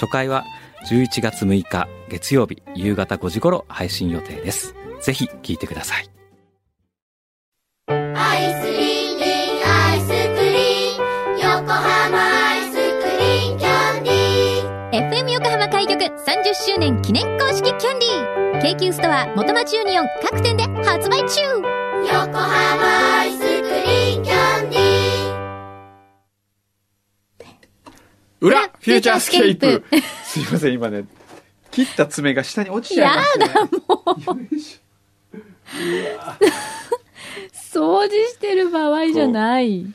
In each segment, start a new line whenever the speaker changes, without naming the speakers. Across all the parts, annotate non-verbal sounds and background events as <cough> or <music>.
初回は11月6日月曜日夕方5時頃配信予定ですぜひ聞いてください
アイスリンリンアイスクリーン横浜アイスクリーンキャンディー
FM 横浜開局30周年記念公式キャンディー京急ストア元町ユニオン各店で発売中
横浜アイスクリーンキャンディー
裏フューチャースケープすいません今ね切った爪が下に落ちちゃいました、ね、
掃除してる場合じゃない。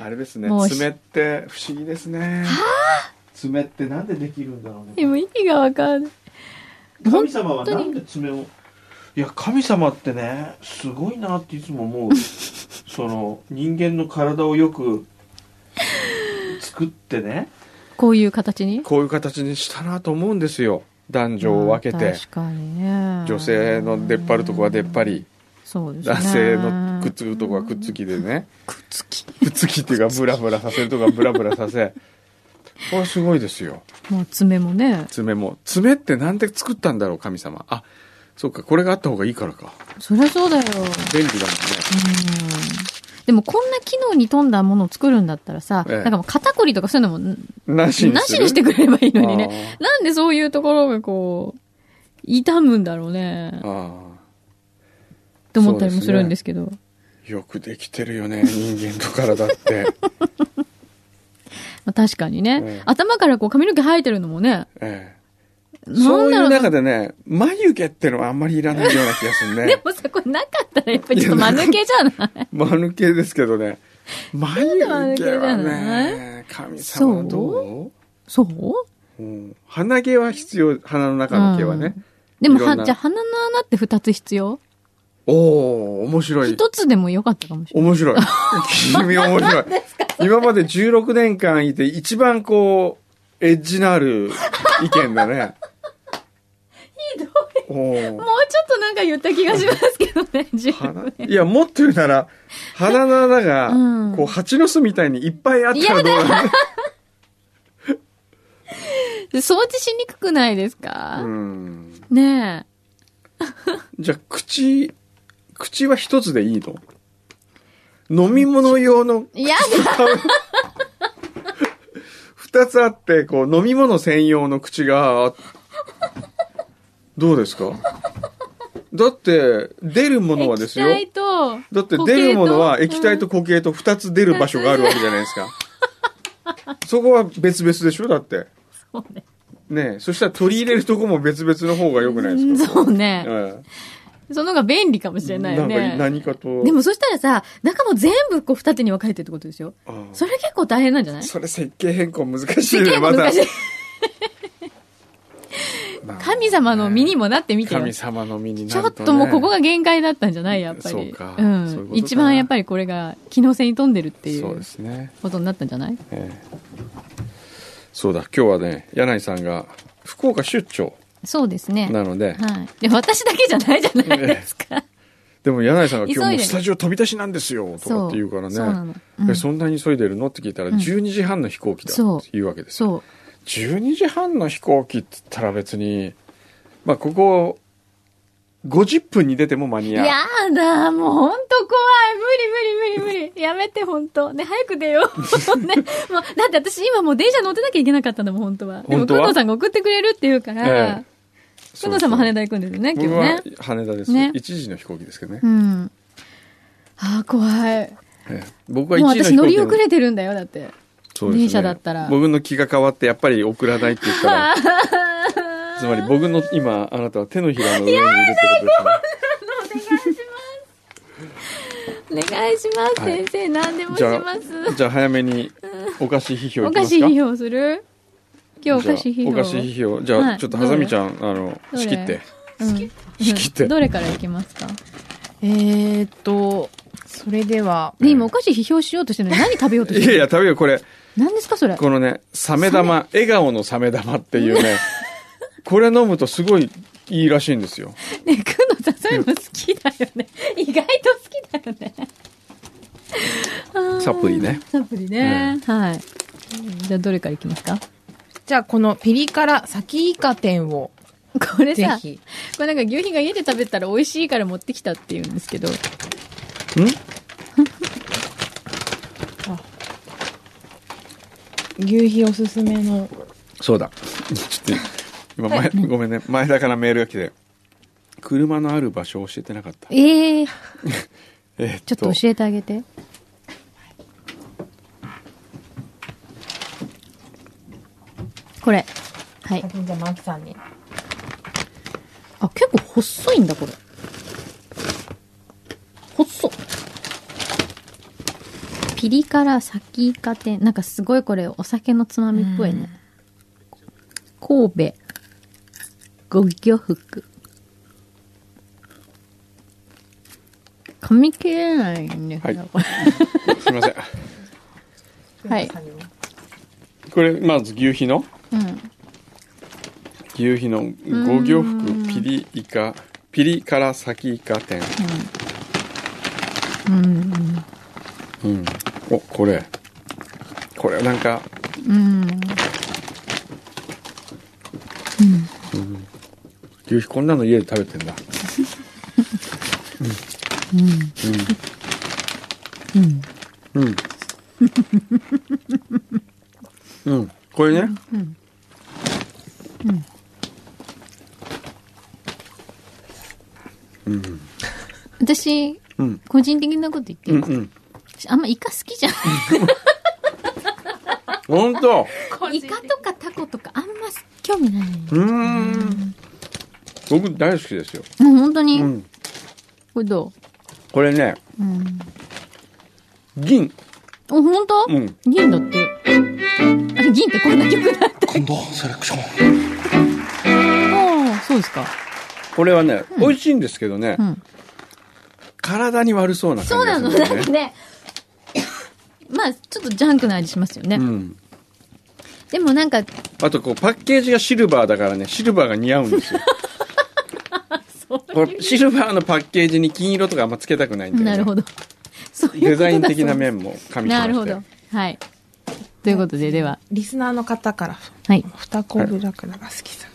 あれですね
もうし
爪って不思議ですね爪ってなんでできるんだろう
で
ね
も意味がわかんない。
神様は
当に
なんで爪をいや神様ってねすごいなっていつも
<laughs>
思うその人間の体をよく作ってね
こういう形に
こういう形にしたなと思うんですよ男女を分けて
確かにね。
女性の出っ張るとこは出っ張り
そうですね。
男性のくっつくとこはくっつきでねくっつきくっつきっていうかブラブラさせるとかブラブラさせこれはすごいですよ
もう爪もね。
爪も爪ってなんで作ったんだろう神様あそうかこれがあった方がいいからか
そりゃそうだよ。うん。
便利だもんね
でもこんな機能に富んだものを作るんだったらさ、
ええ
なんかもう肩こりとかそういうのもん
なしに
なしにしてくれればいいのにね。
ね
なんでそういうところがこう、痛むんだろうね
あ。ー
と思ったりもするんですけど。
よくできてるよね人間の体
<laughs>
って、
まあ、確かにね、
ええ
頭からこう髪の毛生えてるのもね。
ええ、
な
そ
ん
うい
だ
う
ろう
中でね眉毛ってのはあんまりいらないような気がするね
でもさ、これなかったらやっぱりちょっと間抜けじゃない
間抜けですけどね。眉毛は
なんで間抜けじゃな
ね、神様はど
そ
う、う
う
ん、鼻毛は必要、鼻の中の毛はね。
でも
いろ
は、
んな
じゃあ鼻の穴って二つ必要
おお面白い。
一つでもよかったかもしれない。
面
<laughs>
白い。君面白い。今まで16年間いて一番こう、エッジのある意見だね。
ひどい。
おー
もうちょっとなんか言った気がしますけどね、自分。
鼻いや、もっと言うなら、鼻の穴
<laughs> うん
が、こう、蜂の巣みたいにいっぱいあったらどうなる
掃除しにくくないですか、
うん。
ねえ。
じゃあ、口、口は一つでいいの飲み物用の、
いや
二つあって、こう、飲み物専用の口が、あどうですかだって、出るものは
だ
です
液
よ。
体と、
だって出るものは
固形
液体と固形と二つ出る場所があるわけじゃないですか。そこは別々でしょだって。
うんそうね
ねえそしたら取り入れるとこも別々の方が良くないですか
そうね。
え
その方が便利かもし
え
れない
な
よ
んか
ね。
何かと。
でもそしたらさ、中も全部こう二手に分かれてるってことですよ。
ああ
それ結構大変なんじゃない
それ設計変更難しい
結
ね、
構
また
難。しい。
まあ
神様の身にもなってみてよ。
神様の身にな
ち
る
ょ
と、
っ
ね、
ともうここが限界だったんじゃないやっぱり。
そうか
ん。
そういうことだな
一番やっぱりこれが機能性に富んでるってい
そう
う
ですね、
ことになったんじゃない
ええそうだ今日はね柳井さんが福岡出張
そうですね。
なので、
はい。で、私だけじゃないじゃないですか。
でも柳井さんが今
急
日も
いうで
スタジオ飛び出しなんですよと
そ
か
う。
って言うからね
そうなの。うん
えそんなに急いでるのって聞いたら12時半の飛行機だ
そう
って言うわけですよ、
<laughs> そう。
12時半の飛行機って言ったら別にまあここ50分に出ても間に合う
やだ、もうほんと怖い。無理無理無理無理。やめてほんと。ね、早く出よ
<laughs>
う。ね、もう、だって私今もう電車乗ってなきゃいけなかったんだもん、本当は。でも、
本当
く
は
んのさんが送ってくれるって言うから
え、
くんのさんも
そうそう
羽田行くんですよね、今日
僕は
ね。
羽田です、
ね
1時の飛行機ですけどね、
うん。ああ、怖い。
ええ僕は1時の
もう
飛行
私
機
乗り遅れてるんだよ、だって。
そうですね
電車だったら
僕の気が変わってやっぱり送らないって言ったら
<laughs>
つまり僕の今あなたは手のひらの上にいるってことですね
お願いします、
はい
先生。何でもし
じゃ
ます。
あじゃあ早めにお菓子批評い
お
きま
かし
す
い
か
批評する今日お菓子費用
お菓子費用じゃあ、
はい
ちょっとはさみちゃんあの
どれ
仕切って
うん
仕切って
どれからいきますか
えーっと、それでは、
で、今お菓子批評しようとしてるのに何食べようとし
い
てるの
やいや食べようこれ
何ですかそれ
このねサメ玉笑顔のサメ玉っていうねこれ飲むとすごいいいらしいんですよ
ねくんのさそういうの好きだよね意外と好きだよねあー
サプリね
サプリね、はいじゃあどれからいきますか
じゃあこのピリ辛先イカ店を、
これ
ぜ
さ
ひ。
これなんか牛皮が家で食べたら美味しいから持ってきたって言うんですけど
牛皮おすすめの。
そうだちょっと今前ごめんね前田からメールが来て車のある場所を教えてなかった
ええ
えー
ちょっと教えてあげてこれはい
先にじゃあマキさんに。
あ、結構細いんだ、これ。細っ。ピリ辛先イカ店。なんかすごいこれ、お酒のつまみっぽいね。神戸、五魚福。噛み切れないんですよ、
はい
これ。
すいません
はい。
これまず牛皮の
うん。
牛皮の五行服ピリイカピリ辛先イカ店うん、おこれこれなんかうん、牛皮こんなの家で食べてんだうんうんうんうん、うん、これね、
私、
うん
個人的なこと言っていい、
うんうん
私あんまイカ好きじゃない。
本当。
イカとかタコとかあんま興味ない。
うーん。僕大好きですよ。
もう本当に、
うん。
これど
これね。銀。
うお、本当、
うん。
銀だって。あれ、銀ってこんな曲だったっけああ、そうですか。
これはね、美味しいんですけどね。
ん
体に悪そうな
そうな
感
の、
じがす
な
るん
んか
だよね。
ね。まあ、ちょっとジャンクな味しますよね。
うん。
でもなんか、
あとこうパッケージがシルバーだからね、シルバーが似合うんです
<laughs>
よ。これシルバーのパッケージに金色とかあんまつけたくないんだよ、ね。
なるほど。そういうことだ
デザイン的な
そう
面も加味しまして。
なるほど。はい。ということで、では。
リスナーの方から、
はい。
二コブラクダが好きさん。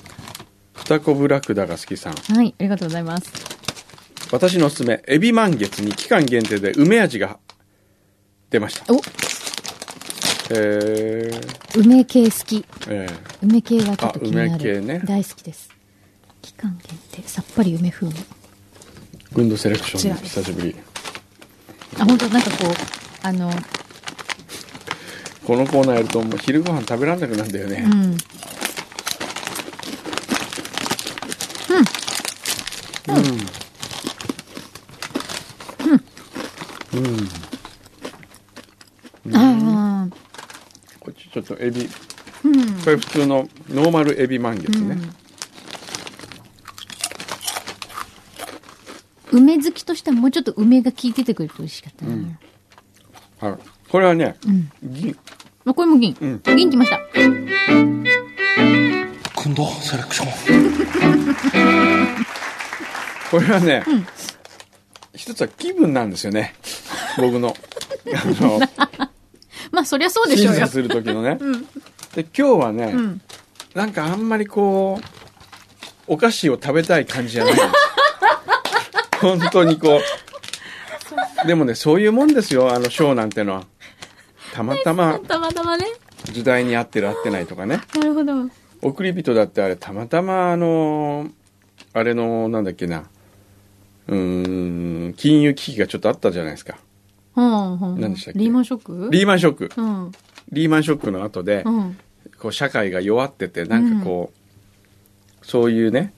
二子ブラクダが好きさん。
はい、ありがとうございます。
私のおすすめ、エビ満月に期間限定で梅味が出ました。
お
えー、
梅系好き。
えー
梅系はちょっと気になる。
あ梅系ね
大好きです。期間限定、さっぱり梅風味。
軍ドセレクシ
こち
ョ
ら
ン久しぶり
あ、本当なんかこう、あの、
このコーナーやるともう昼ご飯食べられなくなるんだよね、
うん。ああ、
こっちちょっとエビ、これ普通のノーマルエビ満月ね、
梅好きとしてはもうちょっと梅が効いててくれると美味しかったな。
はい、これはね、銀
あこれも銀。
ん
銀きました。
これはね、一つは気分なんですよね僕
<laughs>
のあの
まあ、そりゃそうでし
審
ょうよ
査。する時のね、で今日はね、なんかあんまりこうお菓子を食べたい感じじゃないん
<laughs>
です本当にこうでもねそういうもんですよあのショーなんてのはたまたま
たまたまね。
時代に合ってる合ってないとかね
なるほど。
送り人だってあれたまたまあのあれのなんだっけなうーん金融危機がちょっとあったじゃないですか
うんうんうん。
何でしたっけ
リーマンショック
リーマンショック
うん。
リーマンショックの後で、
うん。
こう社会が弱っててなんかこう、そういうね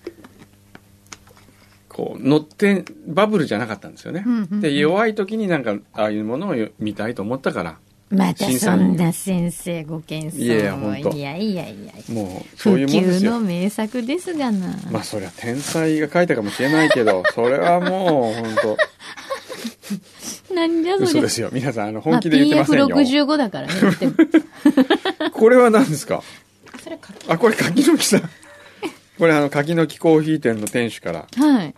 こう乗ってバブルじゃなかったんですよね、
うんうんうん
で弱い時になんかああいうものを見たいと思ったから
うまた
新
そ
さん
ん
に
な先生ご謙遜を
いやいや本当
いやいやいやいや
もうそう
普
いうもんです
及の
よ
名作ですがな、
まあそりゃ天才が書いたかもしれないけ <laughs> どそれはもう本当
何じゃそ
嘘
れ
ですよ皆さんあの本気で言ってませんよ、
まあ、PF65
<laughs>
だからね言っても
これは何ですか
それかけ
あこれ柿の木さんこれあの柿の木コーヒー店の店主から、
はい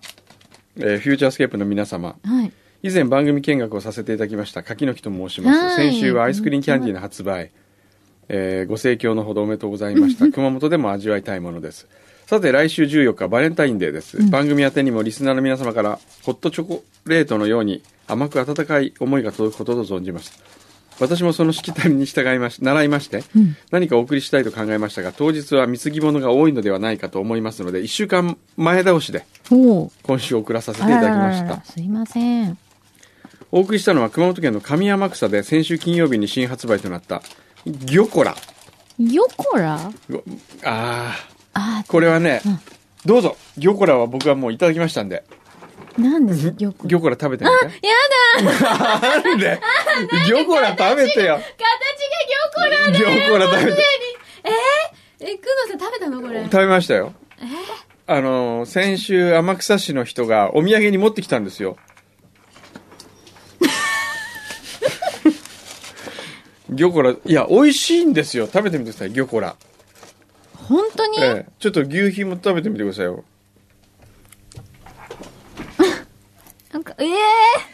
えーフューチャースケープの皆様
はい
以前番組見学をさせていただきました柿の木と申します、
はい
先週はアイスクリーンキャンディーの発売、えーご盛況のほどおめでとうございま
<laughs>
した熊本でも味わいたいものですさて来週14日バレンタインデーです、番組宛てにもリスナーの皆様からホットチョコレートのように甘く温かい思いが届くことと存じます私もそのしきたりに従いまし習いまして、何かお送りしたいと考えましたが当日は貢ぎ物が多いのではないかと思いますので1週間前倒しで
おう
今週送らさせてい
あ
た
ら
だき
ら
ま
ら
した
らすいません
お送りしたのは熊本県の上天草で先週金曜日に新発売となったギョコラ
よこら
ごあ
あ
ーこれはね、どうぞギョコラは僕はもういただきましたんで
なんですよこ
ギョコラ食べてみてやだなんでギョコラ食べてよ
形がよこら
ギョコラ食べて
えくのさん食べたのこれ
食べましたよあのー先週天草市の人がお土産に持ってきたんですよ
<laughs>
ギョコラいや美味しいんですよ食べてみてくださいギョコラ
本当に、
ええ、ちょっと牛皮も食べてみてくださいよ
なんかええ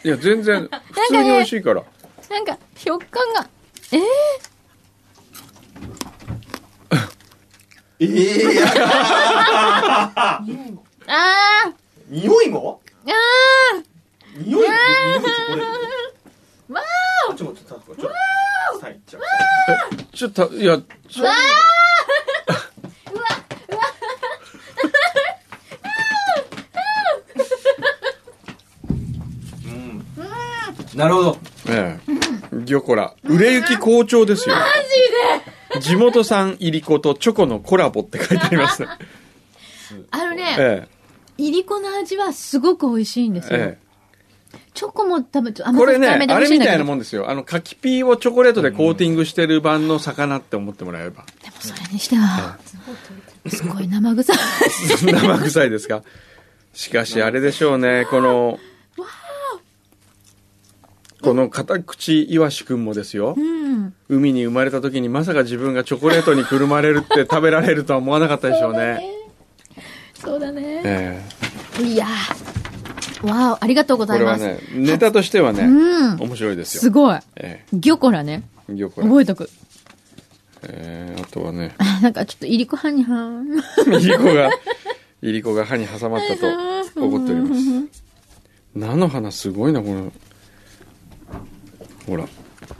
いや全
<laughs>
然普通に美味しいから
ー、なんか食感がええ
ええ
ー、あー
匂いも
あー
匂い匂いこれ
わ
あちょっと待ってちょっと待ってちょっとさあ行っちゃう
ちょっといやちょ
なるほど
ええギョコラ売れ行き好調ですよマジで地元産いりことチョコのコラボって書いてありますね
あのね、
え
いりこの味はすごく美味しいんで
え
すよ。
え
チョコも多分、ちょっと
え
甘
これね
さ控えめで
あ
美味
れ
しいん
み
だ
た
け
い
ど
なもんですよあの柿ピーをチョコレートでコーティングしてる版の魚って思ってもらえれ <laughs> ば
でもそれにしては、すごい生臭い。
生臭いですかしかしあれでしょうねこのこの片口いわしくんもですよ、
うん。
海に生まれた時にまさか自分がチョコレートにくるまれるって食べられるとは思わなかったでしょうね。
そうだね。
ええ
いやーわあ、ありがとうござ
こ
い
れは
ます。
ね、ネタとしてはね、
うん。
面白いです
す
よ。
ごい。
え
魚コラね。
えよく
覚えとく。 <laughs>
ええあとはね、 <laughs>
あなんかちょっといりこはんにはん。
いりこが、いりこが歯に挟まったと怒っております。菜の花すごいな、この。ほら、
わ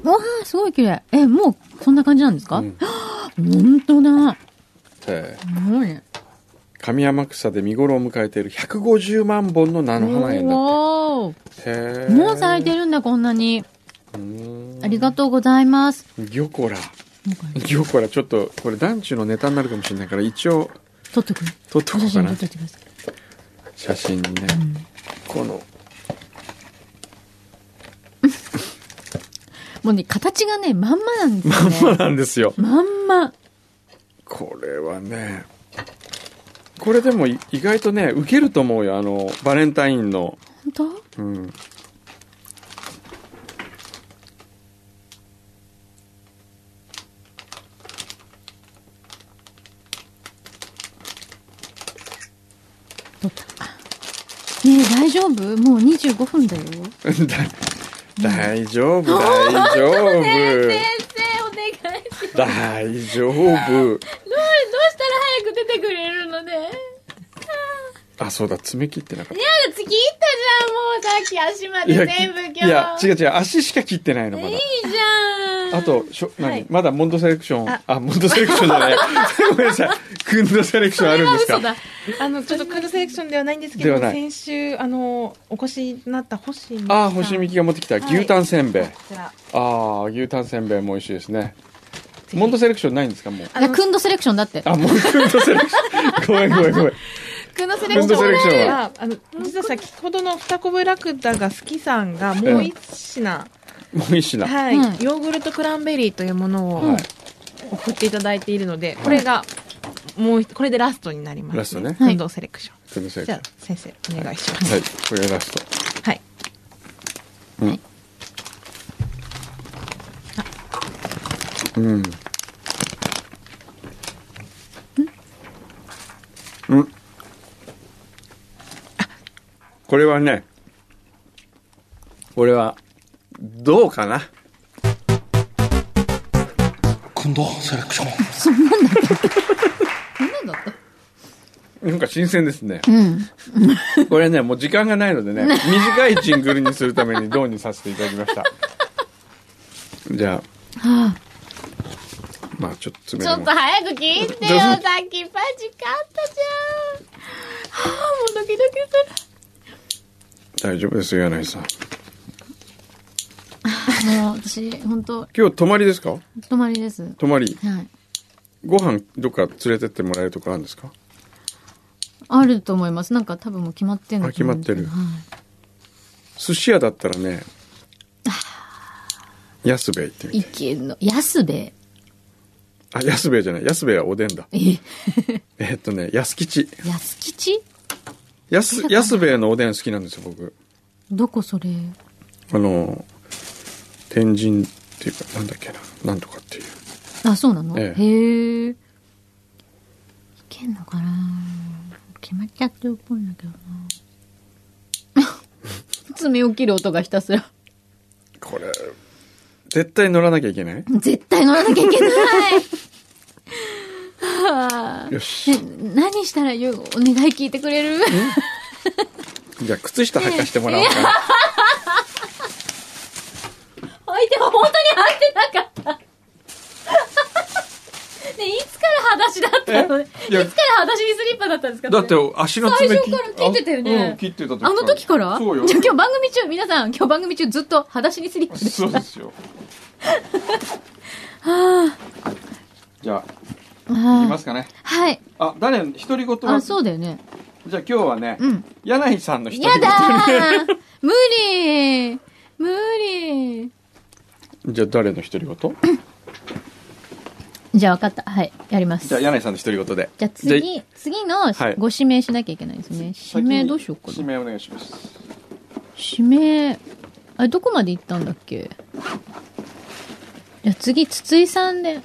あ、すごい綺麗。え、もうそんな感じなんですか、
うん
ほんとだ。
ええ
すごいね。
上天草で見頃を迎えている150万本の菜の花園だ
お
っ
ー
て。へえ
もう咲いてるんだ、こんなに。ありがとうございます。
ギョコラ。ギョコラ、ちょっと、これ団中のネタになるかもしれないから、一応、
撮っとく。
撮っとこう
お写
か
真
な
撮っ。といてください。
写真ね。この、
もうね、形がね、まんまなんですよ、ね。
そうなんですよ。
まんま。
これはね、これでもい意外とね、受けると思うよ、あの、バレンタインの。
本
う
当
ん。 <laughs>
ねえ、大丈夫もう25分だよ。先
だ大丈夫、大丈
<laughs>
夫。
生、お願い。どう、どうし
大丈夫。
たら早く出てくれるのね。いや、
あ、そうだ、爪切ってなかっ
切ったじゃん、もうさっき足ま
た。いや、
で
き
全部今
い
日。
や、違う違う、足しか切ってないの、まだ。
いいじゃん。
あと、しょ、何、
はい
まだモンドセレクション、あモンドセレクションじゃ
<laughs>
ない。ごめんなさい。クンドセレクションあるんですか
嘘だ。
あの、ちょっとカルセレクションではないんですけ
では
ど、
ない
先週、あの、お越しになった星見
ああ、星
見
見きが持ってきた
はい
牛タンせんべい。
こちら。
ああ、牛タンせんべいも美味しいですね。モンドセレクションないんですかもう。
あの、クンドセレクションだって。
あ、もうクンド
<laughs>
セレクション。ごめんごめんごめん。
クのセレクシ
クンドセレクション
ョン
は
は、あの、実は先ほどの二コブラクダが好きさんが、もう一品、
もう一品。は
はい、
うん
ヨーグルトクランベリーというものを
い。
送っていただいているので、これが、もう、これでラストになります、
ラストね
フードセレクション。
すみません。
じゃ
は
あ、先生、お願いしま
い
す。。
これがラスト。
はい。
うん。うん。これはね、これは、どうかな。
なんだった
<laughs> なんか新鮮ですね。
うん。
<laughs> これね、もう時間がないのでね、短いジングルにするためにどうにさせていただきま
<laughs>
した。じゃ
は
あ、
あ、
まあちょっと爪
ち
で
ょ
も
っと早く聞いてよ、さっきパチ買ったじゃん。はあ、もうドキドキす
大丈夫ですよ、柳井さん。
る。もう私、本当
今日泊まりですか
泊まりです。は
泊まり。
い。
ご飯どっか連れてってもらえるとこあるんですか
あると思います。なんか多分もう決まってんの
あ決まってる
はい
寿司屋だったらね、安兵衛行ってみて。
いけんの。安兵衛。
あ、安兵衛じゃない。安兵衛はおでんだ。
え、
えーっとね、安吉。
安吉
安、安兵衛のおでん好きなんですよ、僕。
どこそれ
あの、天神っていうか、なんだっけな。なんとかっていう。
あ、そうなの、
ええ
へえ。いけんのかな決まっちゃってるっぽいんだけどな。 <laughs> 爪を切る音がひたすら。
これ、絶対乗らなきゃいけない
絶対乗らなきゃいけない <laughs> はあ
よし。
ね何したらよお願い聞いてくれ <laughs> る
じゃあ、靴下履かしてもらおうかな。
相手は本当に入ってなかった。 <laughs> ねいつから裸足だったのねいつ
えい
か
や
ら裸足にスリッパだったんですか
だって、足の爪
最初から切ってたよね
あうん切ってた時
あの時から
そうよ
じ。ゃあ今日番組中、皆さん、今日番組中ずっと裸足にスリッパで
そう
した
で。 <laughs> すよ。じゃあ、行き
は
ま
い
すかね。
はい。
あ、誰、独り言は
あ、そうだよね。
じゃあ今日はね、
うん。
柳井さんの独り
や
言
だ <laughs> ー無理無理
<laughs> じゃあ誰の独り言
<laughs> じゃあ分かった。はい。やります。
じゃあ柳井さんの独り言で。
じゃあ
じ
次、次の
はい
ご指名しなきゃいけないですね。
先
指
に
名どうしようか
指
な。
名お願いします。
指名、あれ、どこまで行ったんだっけじゃあ次、筒井さんで。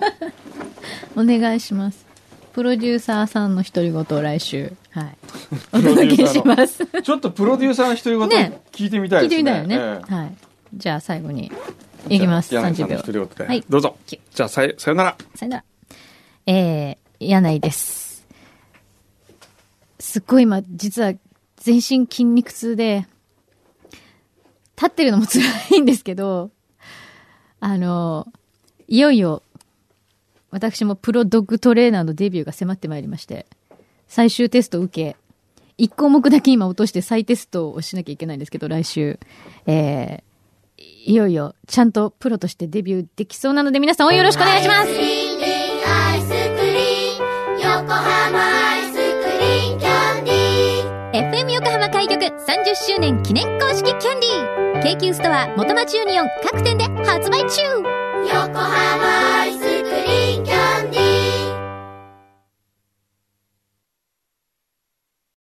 <laughs> お願いします。プロデューサーさんの独り言を来週、はい。お届けします。
<laughs> ちょっとプロデューサーの独り言
ね
聞いてみた
聞
い
い
で
て
す
み
ね。
たいよね。
ええ
はい。じゃあ最後に、いきます。
じゃあ柳井さん
30
の独り
秒。
言で。
はい
どうぞ
き。
じゃあさよさよなら。
さよなら。えー、柳井です。すっごい今、実は全身筋肉痛で、立ってるのも辛いんですけど、あの、いよいよ、私もプロドッグトレーナーのデビューが迫ってまいりまして、最終テストを受け、一項目だけ今落として再テストをしなきゃいけないんですけど、来週、えー、いよいよ、ちゃんとプロとしてデビューできそうなので、皆さん応援よろしくお願いします
リンリンアイスクリーン横浜アイスクリーンキャンディー
FM 横浜開局30周年記念公式キャンディー京急ストア元町ユニオン各店で発売中
横浜アイス